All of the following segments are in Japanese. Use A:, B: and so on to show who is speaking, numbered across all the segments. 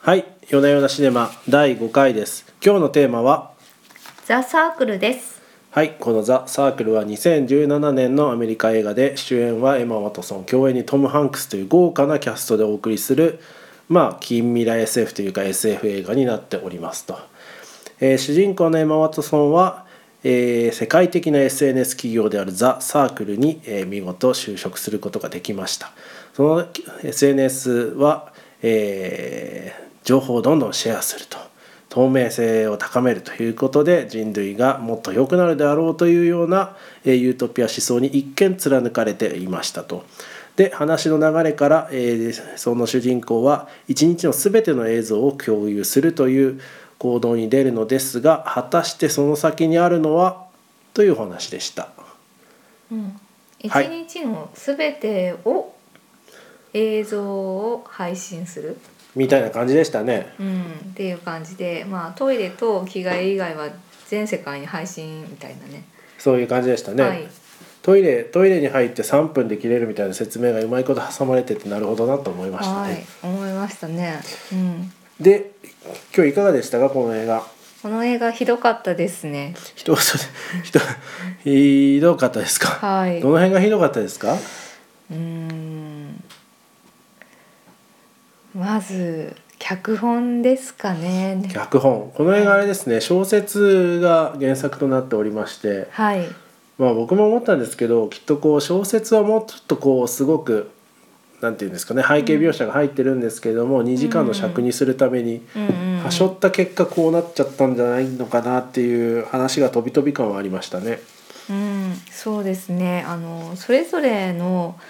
A: はい夜な夜なシネマ第5回です今日のテーマは
B: ザ・サークルです
A: はいこの「ザ・サークル」は2017年のアメリカ映画で主演はエマ・ワトソン共演にトム・ハンクスという豪華なキャストでお送りするまあ近未来 SF というか SF 映画になっておりますと、えー主人公のエマ・ワトソンは、えー世界的な SNS 企業であるザ・サークルに、えー見事就職することができましたその SNS は、えー情報をどんどんシェアすると透明性を高めるということで人類がもっと良くなるであろうというような、えーユートピア思想に一見貫かれていましたと。で話の流れから、えーその主人公は一日の全ての映像を共有するという行動に出るのですが果たしてその先にあるのはというお話でした。
B: 一
A: はい
B: 日のすべてを映像を配信する、
A: みたいな感じでしたね。
B: うん、っていう感じでまあトイレと着替え以外は全世界に配信みたいなね
A: そういう感じでしたね。
B: はい
A: トイレトイレに入って3分で切れるみたいな説明がうまいこと挟まれててなるほどなと思いましたね。
B: はい思いましたね、うん、
A: で今日いかがでしたかこの映画
B: この映画ひどかったですね
A: ひ とひとひどかったですか、
B: はい
A: どの辺がひどかったですか
B: うーんまず脚本ですかね
A: 脚本この映画あれですね小説が原作となっておりまして
B: はい
A: まあ僕も思ったんですけどきっとこう小説はもうちょっとこうすごくなんていうんですかね背景描写が入ってるんですけれども、2時間の尺にするために、
B: うんうん
A: はしょった結果こうなっちゃったんじゃないのかなっていう話が飛び飛び感はありましたね。
B: うん、そうですね。あのそれぞれの、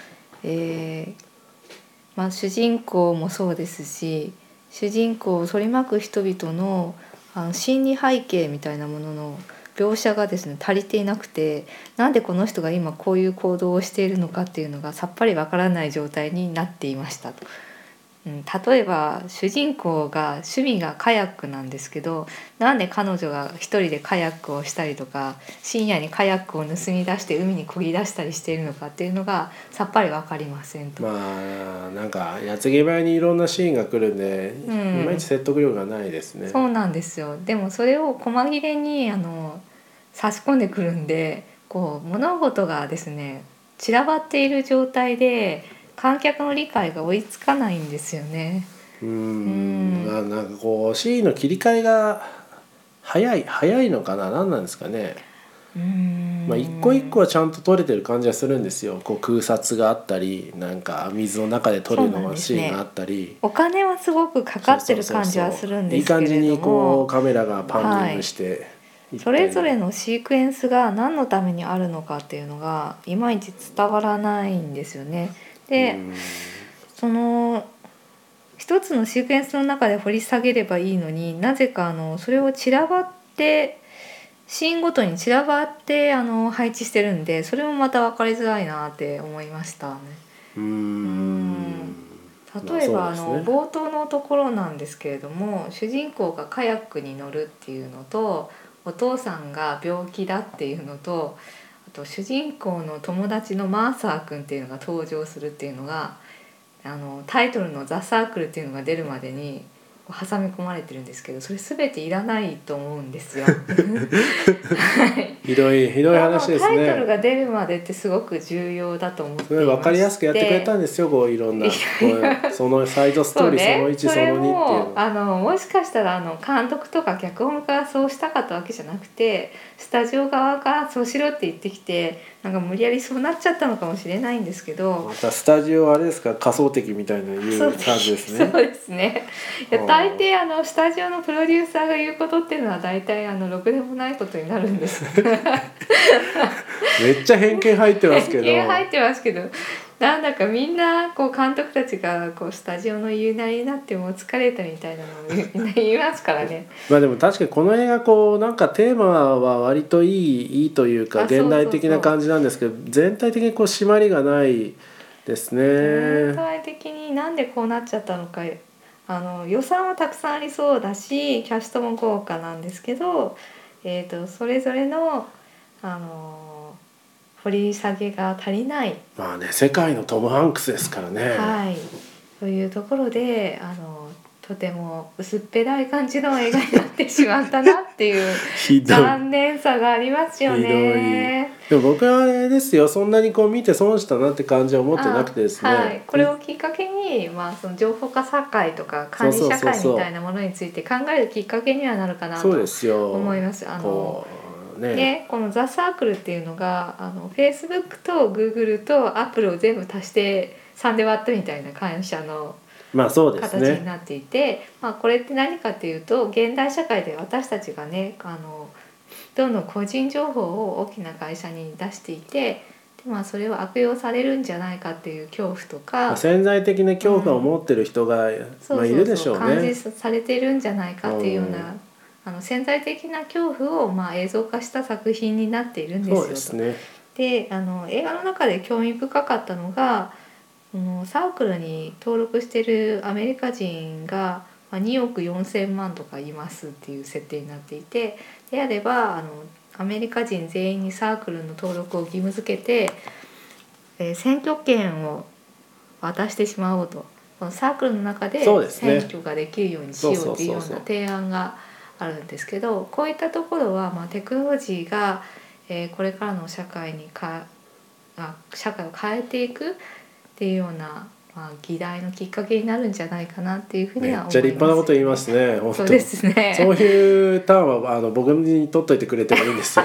B: えーまあ主人公もそうですし、主人公を取り巻く人々のあの心理背景みたいなものの描写がですね足りていなくて、なんでこの人が今こういう行動をしているのかっていうのがさっぱりわからない状態になっていましたと。うん、例えば主人公が趣味がカヤックなんですけどなんで彼女が一人でカヤックをしたりとか深夜にカヤックを盗み出して海に漕ぎ出したりしているのかっていうのがさっぱりわかりませんと。
A: まあなんか矢継ぎ早にいろんなシーンが来るんで、
B: うん
A: いまいち説得力がないですね。
B: そうなんですよでもそれを細切れにあの差し込んでくるんでこう物事がですね散らばっている状態で観客の理解が追いつかないんですよね。
A: う
B: うん
A: ん、まあなんかこうシーンの切り替えが早い早いのかな何なんですかね。
B: うん
A: まあ一個一個はちゃんと撮れてる感じがするんですよ。こう空撮があったり、なんか水の中で撮る
B: そう
A: の
B: なん
A: が
B: です
A: シ
B: ね
A: ーンがあったり。
B: お金はすごくかかってる感じはするんですけれども
A: そうそうそういい感じにこうカメラがパンディングして、いったり
B: それぞれのシークエンスが何のためにあるのかっていうのがいまいち伝わらないんですよね。で、
A: うん
B: その一つのシークエンスの中で掘り下げればいいのになぜかあのそれを散らばってシーンごとに散らばってあの配置してるんでそれもまた分かりづらいなって思いましたね。
A: うー
B: ん
A: ん
B: 例えば、
A: ま
B: あ
A: あそう
B: の
A: ですね
B: 冒頭のところなんですけれども主人公がカヤックに乗るっていうのとお父さんが病気だっていうのとあと主人公の友達のマーサー君っていうのが登場するっていうのがあのタイトルの「ザ・サークル」っていうのが出るまでにこう挟み込まれてるんですけどそれ全ていらないと思うんで すよ。はい
A: ひどいひどい話です
B: あのタイトル
A: ね。
B: が出るまでってすごく重要だと思ってい
A: それ分かりやすくやってくれたんですよこういろん なこうそのサイドストーリーその1そ
B: れ
A: の2っていう
B: もあのもしかしたらあの監督とか脚本家がそうしたかったわけじゃなくてスタジオ側がそうしろって言ってきてなんか無理やりそうなっちゃったのかもしれないんですけど
A: またスタジオあれですか仮想的みたいないう
B: そう
A: 感じです
B: そう
A: ね。
B: ですねい
A: あ
B: や
A: ー
B: 大抵あのスタジオのプロデューサーが言うことっていうのは大体あのろくでもないことになるんです
A: めっちゃ偏見入って ますけど。
B: 偏見入ってますけどなんだかみんなこう監督たちがこうスタジオの言いなりになってもう疲れたみたいなのをみんな言いますからね。
A: まあでも確かにこの映画こうなんかテーマは割といいいいというか
B: あそうそう
A: 現
B: そう
A: 代的な感じなんですけど全体的にこう締まりがないです
B: 全
A: ね。
B: 体的になんでこうなっちゃったのかあの予算はたくさんありそうだしキャストも豪華なんですけど、えー、とそれぞれの、あの掘り下げが足りない、
A: まあね世界のトム・ハンクスですからね。
B: はい、というところで、あのとても薄っぺらい感じの映画になってしまったなっていう
A: ひどい
B: 残念さがありますよね。
A: でも僕はあれですよそんなにこう見て損したなって感じは思ってなくてですね、
B: あはい、これをきっかけに、まあ、その情報化社会とか管理社
A: そうそうそう
B: 会
A: そう
B: みたいなものについて考えるきっかけにはなるかなと
A: そうですよ
B: 思います。あの
A: こうね
B: ね、この「ザ・サークルっていうのがあの Facebook と Google と Apple を全部足して3で割ったみたいな会社の
A: まあそうです
B: 形
A: ね
B: になっていて、まあ、これって何かっていうと現代社会で私たちがねあのどんどん個人情報を大きな会社に出していてで、まあ、それを悪用されるんじゃないかっていう恐怖と
A: ま
B: か
A: あ、潜在的な恐怖を持ってる人が、
B: そう
A: まあ、い
B: そ
A: る
B: う
A: でし
B: そ
A: ょ
B: う
A: う
B: 感じ
A: ね。
B: されてるんじゃないかっていうような、
A: う
B: あの潜在的な恐怖をまあ映像化した作品になっているんですよ
A: そうですね。
B: であの映画の中で興味深かったのがこのサークルに登録してるアメリカ人がまあ2億4,000万とかいますっていう設定になっていてであればあのアメリカ人全員にサークルの登録を義務付けて、えー選挙権を渡してしまおうとこのサークルの中で
A: そうですね
B: 選挙ができるようにしようっていうよう
A: そうそうそうそう
B: な提案があるんですけどこういったところは、まあ、テクノロジーが、えーこれからの社会にかあ社会を変えていくっていうような、まあ、議題のきっかけになるんじゃないかなっていうふうに
A: めっ
B: は思います
A: ちゃ立派なこと言いますすね。本当
B: そう
A: に。
B: ですね
A: そういうターンはあの僕に取っといてくれてもいいん ですよ。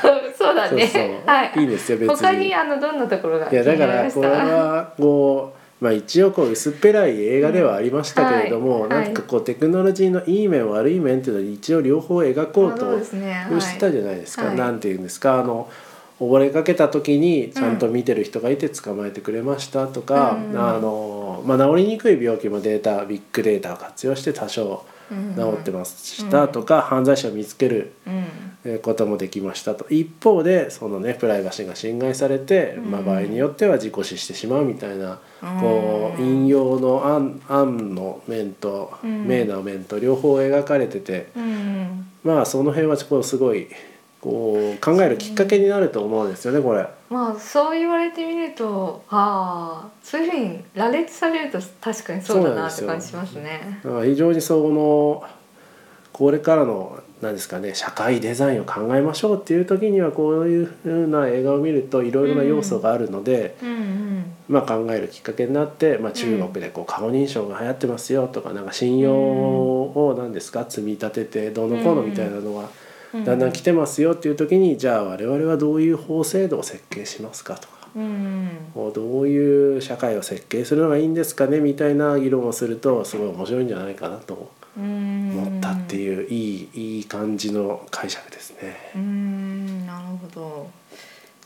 B: そうそうだ
A: そう
B: ね
A: そう。
B: はい
A: いんですよ別に。
B: 他にあのどんなところが
A: い
B: 気
A: や
B: に
A: だ
B: なり
A: から
B: まし
A: これ
B: た
A: はこう、まあ、一応こう薄っぺらい映画ではありましたけれども、
B: うんはい
A: なんかこうテクノロジーのいい面悪い面っていうのは一応両方描こ
B: あ
A: う
B: そ
A: と
B: うですねはい
A: してたじゃないですか、
B: はい
A: なんていうんですかあの溺れかけた時にちゃんと見てる人がいて捕まえてくれましたとか、
B: うんうん
A: あのまあ、治りにくい病気もデータビッグデータを活用して多少
B: うん
A: 治ってましたとか、犯罪者を見つける
B: うん
A: えーこともできましたと一方でそのねプライバシーが侵害されて、
B: うん
A: まあ、場合によっては自己死してしまうみたいな、
B: うん
A: こう引用の案案の面と
B: うん
A: 名の面と両方描かれてて、
B: うん
A: まあその辺はこうすごいこう考えるきっかけになると思うんですよねこれ。
B: まあそう言われてみるとああそういうふうに羅列されると確かにそうだなって
A: そうなんで
B: 感じ
A: す
B: し
A: よ
B: ますね。
A: だから非常にそのこれからの何ですかね社会デザインを考えましょうっていう時にはこういうふうな映画を見るといろいろな要素があるので。
B: うんうん
A: まあ、考えるきっかけになって、まあ、中国でこう顔認証が流行ってますよとか,、なんか信用を何ですか積み立ててどうのこうのみたいなのが
B: う
A: だんだん来てますよっていう時にじゃあ我々はどういう法制度を設計しますかとか
B: うんうん
A: こうどういう社会を設計するのがいいんですかねみたいな議論をするとすごい面白いんじゃないかなと
B: うん
A: 思ったっていう、いいいい感じの解釈ですね。
B: うーんなるほど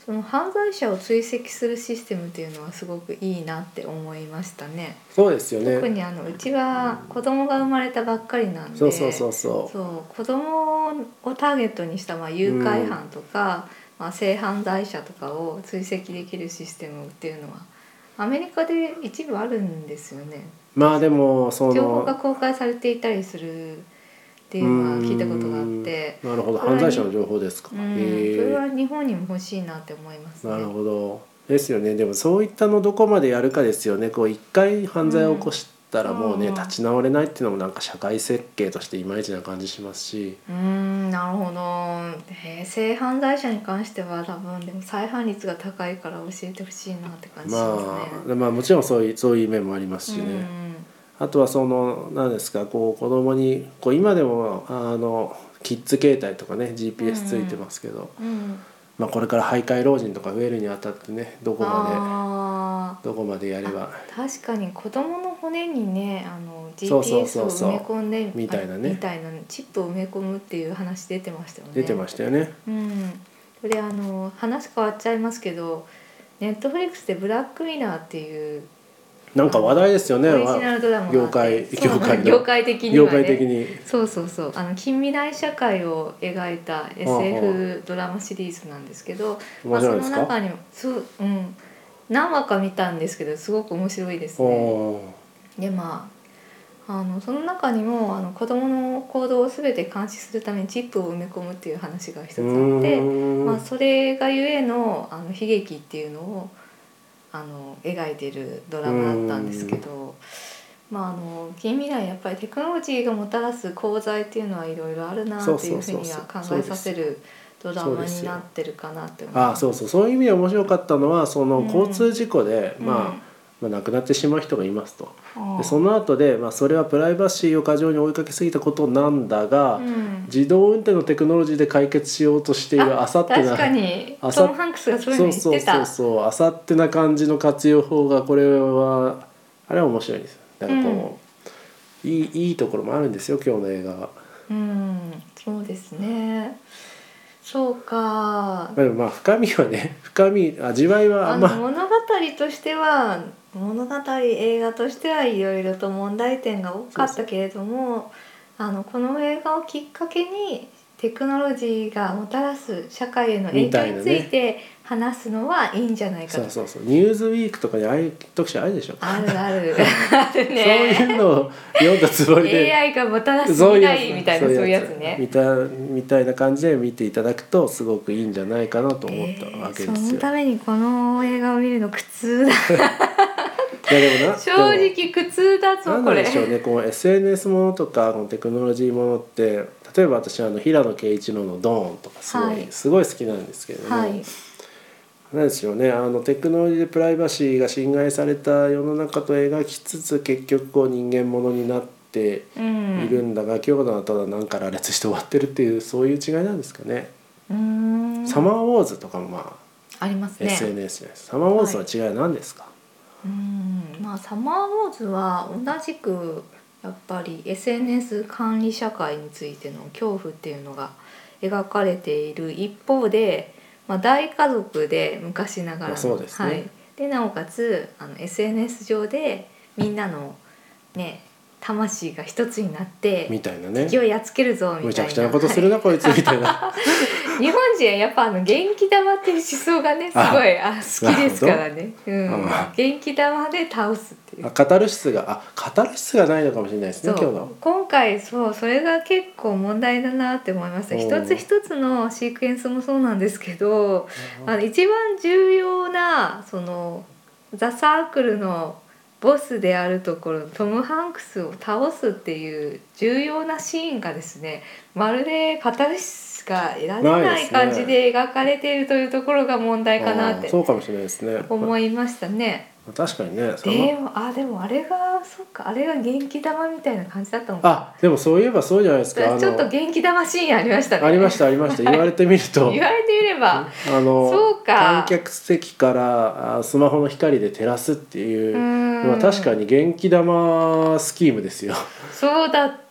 B: その犯罪者を追跡するシステムっていうのはすごくいいなって思いましたね
A: そうですよ
B: 特
A: ね
B: にあのうちは子供が生まれたばっかりなんで
A: そうそうそうそう
B: そう子供をターゲットにしたまあ誘拐犯とか、まあ、性犯罪者とかを追跡できるシステムっていうのはアメリカで一部あるんですよね
A: まあでもそ
B: 情報
A: の
B: が公開されていたりするっていうのは聞いたことがあって。
A: なるほど
B: これ
A: 犯
B: に
A: 罪者の情報ですか、
B: う
A: へ
B: ん、
A: ー
B: それは日本にも欲しいなって思いますね。
A: なるほどですよねでもそういったのどこまでやるかですよねこう一回犯罪を起こしたら
B: うん
A: もうね、
B: うん
A: 立ち直れないっていうのもなんか社会設計としていまいちな感じしますし
B: うーん、なるほど。えー性犯罪者に関しては多分でも再犯率が高いから教えてほしいなって感じします
A: ま
B: ね。
A: あ、まあもちろんそういうそういう面もありますしね、あとはその何ですかこう子供にこう今でもあのキッズ携帯とかね GPS ついてますけど、
B: うん、うん、
A: まあ、これから徘徊老人とか増えるにあたってねどこま
B: あ
A: でどこまでやれば
B: ー確かに子供の骨にねあの
A: そうそう
B: GPS
A: そう
B: を
A: そう
B: 埋め込んで
A: みたいなね
B: あみたいなチップを埋め込むっていう話出てましたよね。
A: 出てましたよね。
B: うん、これあの話変わっちゃいますけどネットフリックスで「ブラックミラー」っていう
A: なんか話題ですよね。
B: オリジナルドラマがあって
A: 業界
B: そう
A: 業界の
B: 業界的に
A: 業
B: は、ね、
A: 界的に。
B: そうそうそうあの近未来社会を描いた
A: は
B: SF ドラマシリーズなんですけど、
A: 面
B: まあ、そ
A: 白い
B: の
A: ですか。
B: 中にもそう、うん、何話か見たんですけどすごく面白いです
A: お
B: ね。
A: お
B: でまああのその中にもあの子どもの行動を全て監視するためにチップを埋め込むっていう話が一つ
A: ー。
B: あ
A: う
B: って。
A: ーん
B: まあ、それがゆえのあの悲劇っていうのをあの描いてるドラマだったんですけど、まあ、あの近未来やっぱりテクノロジーがもたらす功罪っていうのはいろいろあるな
A: そう
B: と
A: そ
B: いう
A: う
B: ふ
A: そう
B: うには考えさせるドラ
A: そう
B: マ
A: です
B: に
A: よ
B: なってるかなって思い
A: あ
B: ま
A: あ
B: す。
A: そうそうそういう意味で面白かったのはその
B: うん
A: 交通事故で、
B: うん
A: まあまあ、亡くなってしまう人がいますと、
B: ああ
A: でその後で、まあ、それはプライバシーを過剰に追いかけすぎたことなんだが、
B: うん
A: 自動運転のテクノロジーで解決しようとしているあさって
B: 確か
A: な
B: に
A: あさ
B: トム・ハンクスがそういう
A: そ
B: の
A: う
B: 言っ
A: そう
B: てた
A: そうそうあさってな感じの活用法がこれはあれは面白いですよなんかこう、いいいいところもあるんですよ今日の映画は。
B: うんそうですねそうか
A: まあでもまあ深みはね 深み味わいはあ
B: あ
A: ん
B: の
A: ま
B: 物語としては物語映画としてはいろいろと問題点が多かったけれどもあのこの映画をきっかけにテクノロジーがもたらす社会への影
A: みた
B: 響
A: いな
B: に
A: ね
B: ついて話すのはいいんじゃないか
A: そ
B: と。
A: うそうそう「ニューズウィーク」とかにああいう特集あるでしょ。
B: あるあ るある
A: そうい
B: ね。
A: うのを読んだつもり で
B: AI がもたらす
A: そう
B: 未
A: いう
B: 来みたいなそういうやつね。
A: みたみたいな感じで見ていただくとすごくいいんじゃないかなと思ったわけ
B: え
A: で
B: ー
A: す
B: そ
A: よ
B: の。ためにこの映画を見るの苦痛
A: い
B: だ
A: やでもな
B: 正
A: でも
B: 直苦痛だぞ
A: なん
B: こ
A: なん
B: れ
A: でしょうねこの SNS ものとかこのテクノロジーものって例えば私あの平野啓一郎の「ドーン」とかすごい、
B: はい
A: すごい好きなんですけれども、
B: はい
A: なんでしょうねあのテクノロジーでプライバシーが侵害された世の中と描きつつ結局こう人間ものになって
B: うん
A: いるんだが、今日のはただなんか羅列して終わってるっていうそういう違いなんですかね。
B: うーん
A: サマーウォーズとかもまあ
B: ありますね。
A: SNS じゃないですかサマーウォーズの違いは何ですか、
B: うんまあサマーウォーズは同じくやっぱり SNS 管理社会についての恐怖っていうのが描かれている一方で、まあ、大家族で昔ながら
A: まあ
B: の
A: そうですね
B: はい、でなおかつあの SNS 上でみんなのね魂が一つになって
A: みたいなね
B: 敵をやっつけるぞみたいな
A: むちゃくちゃなことするなこいつみたい な
B: 日本人はやっぱあの元気玉っていう思想がねすご
A: あ
B: いあ好きですからね、うん
A: あ、
B: 元気玉で倒すっていう
A: あカタルシスがあカタルシスがないのかもしれないですね
B: そ
A: 今日の
B: う今回そうそれが結構問題だなって思いました
A: お
B: 一
A: ー
B: つ一つのシークエンスもそうなんですけどあの一番重要なそのザ・サークルのボスであるところトム・ハンクスを倒すっていう重要なシーンがですねまるでカタルシスが得られ
A: ない
B: な
A: で
B: い
A: すね
B: 感じで描かれているというところが問題かなっ
A: あー
B: て
A: そうかもしれないですね
B: 思いましたね。
A: まあ確かにねその
B: でもあでもあれがそっかあれが元気玉みたいな感じだったのか
A: あでもそういえばそうじゃないですかあ
B: ちょっと
A: の
B: 元気玉シーンありましたね。
A: ありましたありました言われてみると
B: 言われてみれば、
A: あの
B: そう
A: 観
B: か
A: 客席からあスマホの光で照らすっていう
B: うーん
A: まあ確かに元気玉スキームですよ
B: そうだった。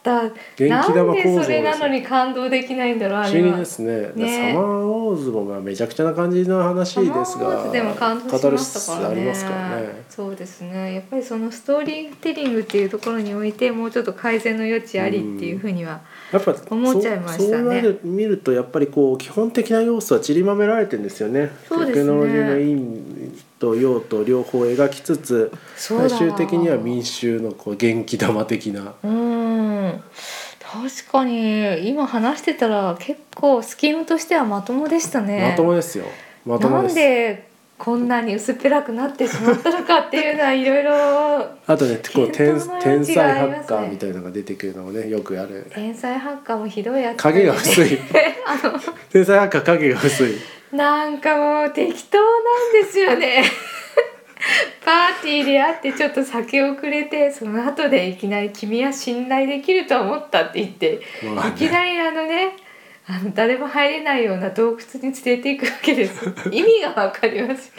A: 気玉構造
B: なん
A: ですよ
B: でそれなのに感動できないんだろうあ
A: 不
B: れ
A: 思議
B: は。
A: ですね
B: ね
A: サマーウォーズもまあめちゃくちゃな感じの話ですが
B: サマーウォーズでも感動
A: カ
B: し
A: タ
B: ま
A: ルシ
B: し
A: ス
B: たから
A: あ
B: ね。
A: りますからね
B: そうですね。やっぱりそのストーリーテリングっていうところにおいてもうちょっと改善の余地ありっていうふうには。
A: やっぱ
B: 思っちゃいましたね
A: そうそう言われてみるとやっぱりこう基本的な要素は散りばめられてるんですよね
B: そうですね
A: テクノロジーの陰と陽と両方描きつつ
B: そうだ
A: 最終的には民衆のこう元気玉的な
B: うーん確かに今話してたら結構スキームとしてはまともでしたね。
A: まともですよまとも
B: な
A: で
B: ん
A: す
B: でこんなに薄っぺらくなってしまったのかっていうのはいろいろ
A: あとねこう天
B: 検討の
A: 天
B: 余
A: 才
B: 地
A: ハ
B: がありますね
A: ッカーみたいなのが出てくるのもねよくある
B: 天才ハッカーもひどいやつだ
A: 影が薄 い天才ハッカー影が薄い
B: なんかもう適当なんですよね パーティーで会ってちょっと酒をくれてその後でいきなり「君は信頼できると思った」って言って
A: まあ
B: いきなりあのねあの誰も入れないような洞窟に連れていくわけです 意味がわかります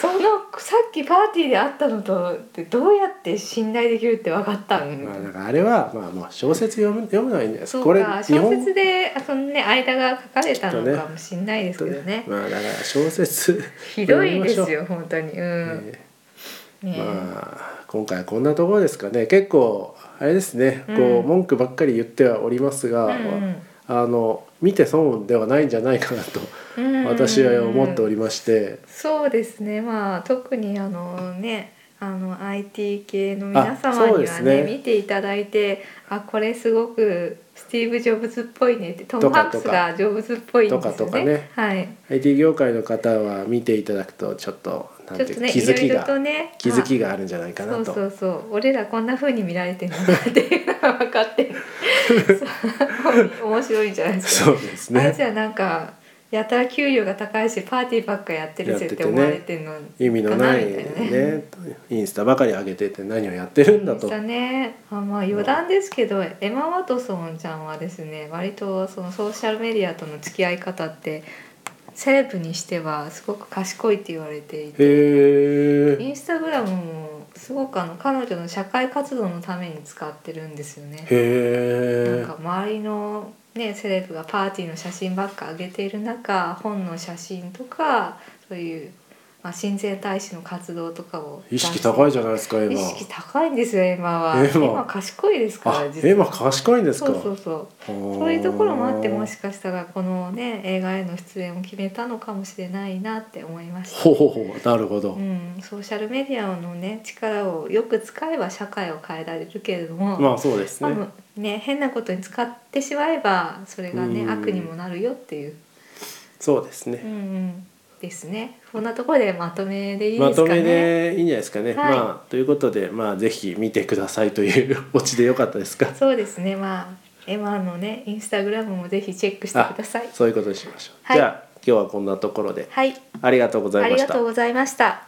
B: そのさっきパーティーで会ったのとってどうやって信頼できるって分かったの、
A: まあだからあれはまあまあ小説読む読むのはいいんじゃないです
B: そ
A: か
B: う
A: これ
B: か
A: 日
B: 小
A: 本
B: 説であそのね間が書かれた
A: ちょっ
B: の
A: と
B: かもしれないですけどね
A: まあだから小説
B: ひどいです
A: 読みましょ
B: よ本当にう、
A: うんね
B: ね
A: まあ今回はこんなところですかね結構あれですね、
B: うん
A: こう文句ばっかり言ってはおりますが、
B: うん
A: あの見て損ではないんじゃないかなと
B: うん
A: 私は思っておりまして、
B: そうですねまあ特にあのねあの IT 系の皆様
A: あ
B: に
A: そうで
B: は
A: すね
B: ね見ていただいてあこれすごくスティーブ・ジョブズっぽいねってトム・
A: とか
B: ハンクスがジョブズっぽいんですよね。
A: とかとかね
B: はい
A: IT 業界の方は見ていただくとちょっとなん
B: ちょって
A: い
B: と
A: う、
B: ね
A: 気
B: いろ
A: づ
B: い
A: き
B: ろ
A: が、
B: とね
A: 気づき
B: が
A: があるんじゃないかなと
B: そうそうそう俺らこんな風に見られてるんだなっていうのが分 かってそう面白いじゃないです
A: そ
B: か。
A: うです
B: あれ
A: ね
B: じゃなんかやたら給料が高いしパーティーばっかやってるぜって思われてるのかな
A: 意味のない
B: みたい
A: ね
B: なね。
A: インスタばかり上げてて何をやってるんだと、
B: したねあまあ余談ですけど、エマ・ワトソンちゃんはですね割とそのソーシャルメディアとの付き合い方ってセレブにしてはすごく賢いって言われていて
A: へ
B: イ
A: え
B: ンスタグラムもすごくあの彼女の社会活動のために使ってるんですよね。なん
A: へ
B: か周りの、ね、セレブがパーティーの写真ばっか上げている中本の写真とかそういう、まあ、親善大使の活動とかを
A: え意識高いじ
B: じ
A: ゃないですか
B: ゃ
A: エ
B: 意
A: マ
B: 識高いんですよエマは
A: エマ
B: 今賢いですか
A: あ
B: ら実は
A: エマ賢いんですか
B: そうそうそうそ
A: そう
B: いうところもあってもしかしたらこのね映画への出演を決めたのかもしれないなって思いました
A: ほうほうほうなるほど、
B: うん、ソーシャルメディアのね力をよく使えば社会を変えられるけれども、
A: まあそうです
B: まあ
A: ね、
B: もうね変なことに使ってしまえばそれがね
A: うん
B: 悪にもなるよっていう、
A: そうです
B: うん
A: ね、
B: うん、ですねこんなところでまとめでいい
A: ま
B: です
A: と
B: か
A: め
B: ね。
A: でいいんじゃないですかね、
B: はい
A: まあということでまあぜひ見てくださいという オチでよかったですか
B: そうですねまあエマのねインスタグラムもぜひチェックしてください。
A: そういうことにしましょう、
B: はい
A: じゃあ今日はこんなところで
B: はい
A: ありがとうござ
B: あ
A: いま
B: り
A: し
B: が
A: た
B: とうございました。